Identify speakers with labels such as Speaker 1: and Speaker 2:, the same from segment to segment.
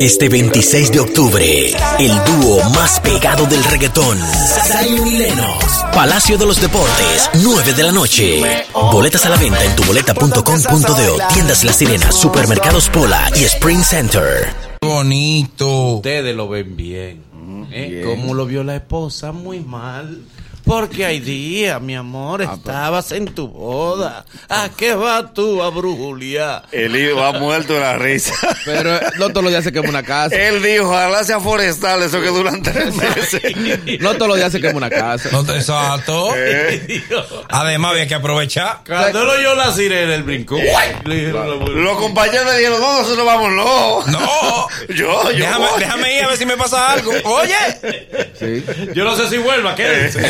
Speaker 1: Este 26 de octubre, el dúo más pegado del reggaetón, Zion y Lennox, Palacio de los Deportes, 9 de la noche. Boletas a la venta en tuboleta.com.de, tiendas La Sirena, supermercados Pola y Spring Center.
Speaker 2: Bonito.
Speaker 3: Ustedes lo ven bien. ¿eh? Como lo vio la esposa, muy mal. Porque hay día, mi amor, estabas en tu boda. ¿A qué vas tú a brujulia?
Speaker 4: El hijo ha muerto de la risa.
Speaker 2: Pero eh, no todos los días se quema una
Speaker 3: Eh.
Speaker 2: casa.
Speaker 4: Él dijo, ojalá sea forestal, eso que duran tres meses.
Speaker 2: No todos los días se quema una casa.
Speaker 5: No te- Exacto. Además, había que aprovechar.
Speaker 3: Cuando lo oyó la sirena, él brincó. Le dijeron la bruja.
Speaker 4: Los compañeros le dijeron, no, nosotros vamos, no.
Speaker 5: No.
Speaker 4: Yo, yo.
Speaker 5: Déjame,
Speaker 4: voy.
Speaker 5: déjame ir a ver si me pasa algo. Oye,
Speaker 2: Sí.
Speaker 3: Yo no sé si vuelva, quédense.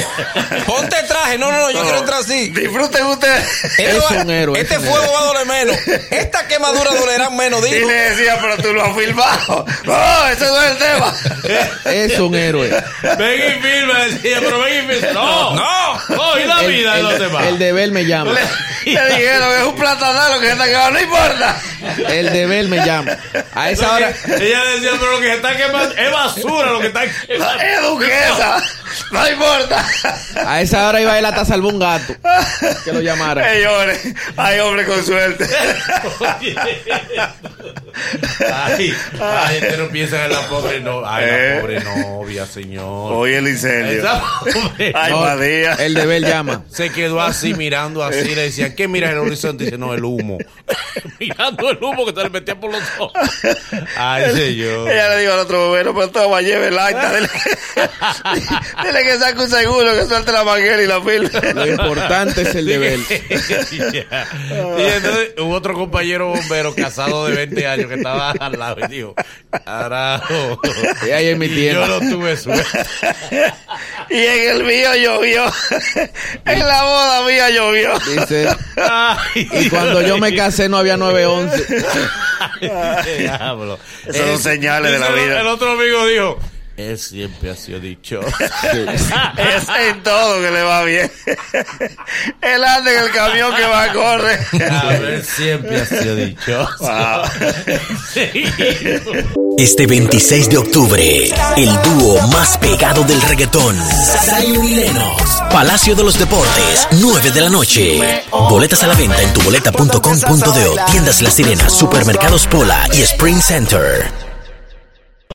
Speaker 5: ponte el traje. No, no, no, yo
Speaker 4: No.
Speaker 5: quiero entrar así.
Speaker 4: Disfruten ustedes.
Speaker 5: Esto
Speaker 2: Es
Speaker 5: va-
Speaker 2: un héroe,
Speaker 5: este
Speaker 2: es un
Speaker 5: fuego va a doler menos. Esta quemadura dolerá menos,
Speaker 4: Y
Speaker 5: digo.
Speaker 4: le decía, pero tú lo has filmado. No, ese no es el tema.
Speaker 2: Es un héroe.
Speaker 3: Ven y firma, decía, pero ven y firma. No,
Speaker 5: No.
Speaker 3: No, y la
Speaker 2: El,
Speaker 3: vida de los
Speaker 2: el,
Speaker 3: demás.
Speaker 2: el deber me llama.
Speaker 4: Le, le dijeron, es un platanal, lo que se está quedando, no importa.
Speaker 2: El deber me llama. A esa
Speaker 3: Lo que-
Speaker 2: hora.
Speaker 3: Ella decía, pero lo que se está quemando es basura lo que está quemando.
Speaker 4: Es duquesa, no importa.
Speaker 2: A esa hora iba a ir hasta salvar un gato. Que lo llamara.
Speaker 4: Ey, hombre, hay hombre con suerte.
Speaker 3: Ay, la gente no piensa en la pobre novia. Ay, la
Speaker 4: Eh.
Speaker 3: pobre novia, señor.
Speaker 4: Hoy el incendio.
Speaker 3: Esa pobre
Speaker 4: Ay,
Speaker 2: No,
Speaker 4: Badía.
Speaker 2: el deber llama.
Speaker 3: se quedó así mirando así. Le decían, ¿qué miras en el horizonte? Dice, no, el humo. mirando el humo que se le metía por los ojos. Ay, señor.
Speaker 4: Ella le dijo al otro bombero, pero toma, lleve el acta. Dile, dile que saque un seguro, que suelte la manguera y la
Speaker 2: Lo
Speaker 4: firme.
Speaker 2: importante es el deber.
Speaker 3: Ya. Y entonces hubo otro compañero bombero casado de 20 años que estaba al lado y dijo, carajo.
Speaker 2: Y ahí en mi
Speaker 3: Yo
Speaker 2: tienda.
Speaker 3: no tuve suerte.
Speaker 4: Y en el mío llovió. En la boda mía llovió.
Speaker 2: Dice.
Speaker 3: Ay,
Speaker 2: Y cuando yo me casé no había 911.
Speaker 3: Diablo.
Speaker 4: Esas son
Speaker 3: Eh,
Speaker 4: señales de la
Speaker 3: dice el-
Speaker 4: vida.
Speaker 3: El otro amigo dijo, él siempre ha sido dicho.
Speaker 4: Es en todo que le va bien. Él anda en el camión que va a correr.
Speaker 3: él siempre ha sido dicho.
Speaker 1: Este 26 de octubre, el dúo más pegado del reggaetón, Zion y Lennox, Palacio de los Deportes, 9 de la noche. Boletas a la venta en tuboleta.com.de, tiendas La Sirena, supermercados Pola y Spring Center.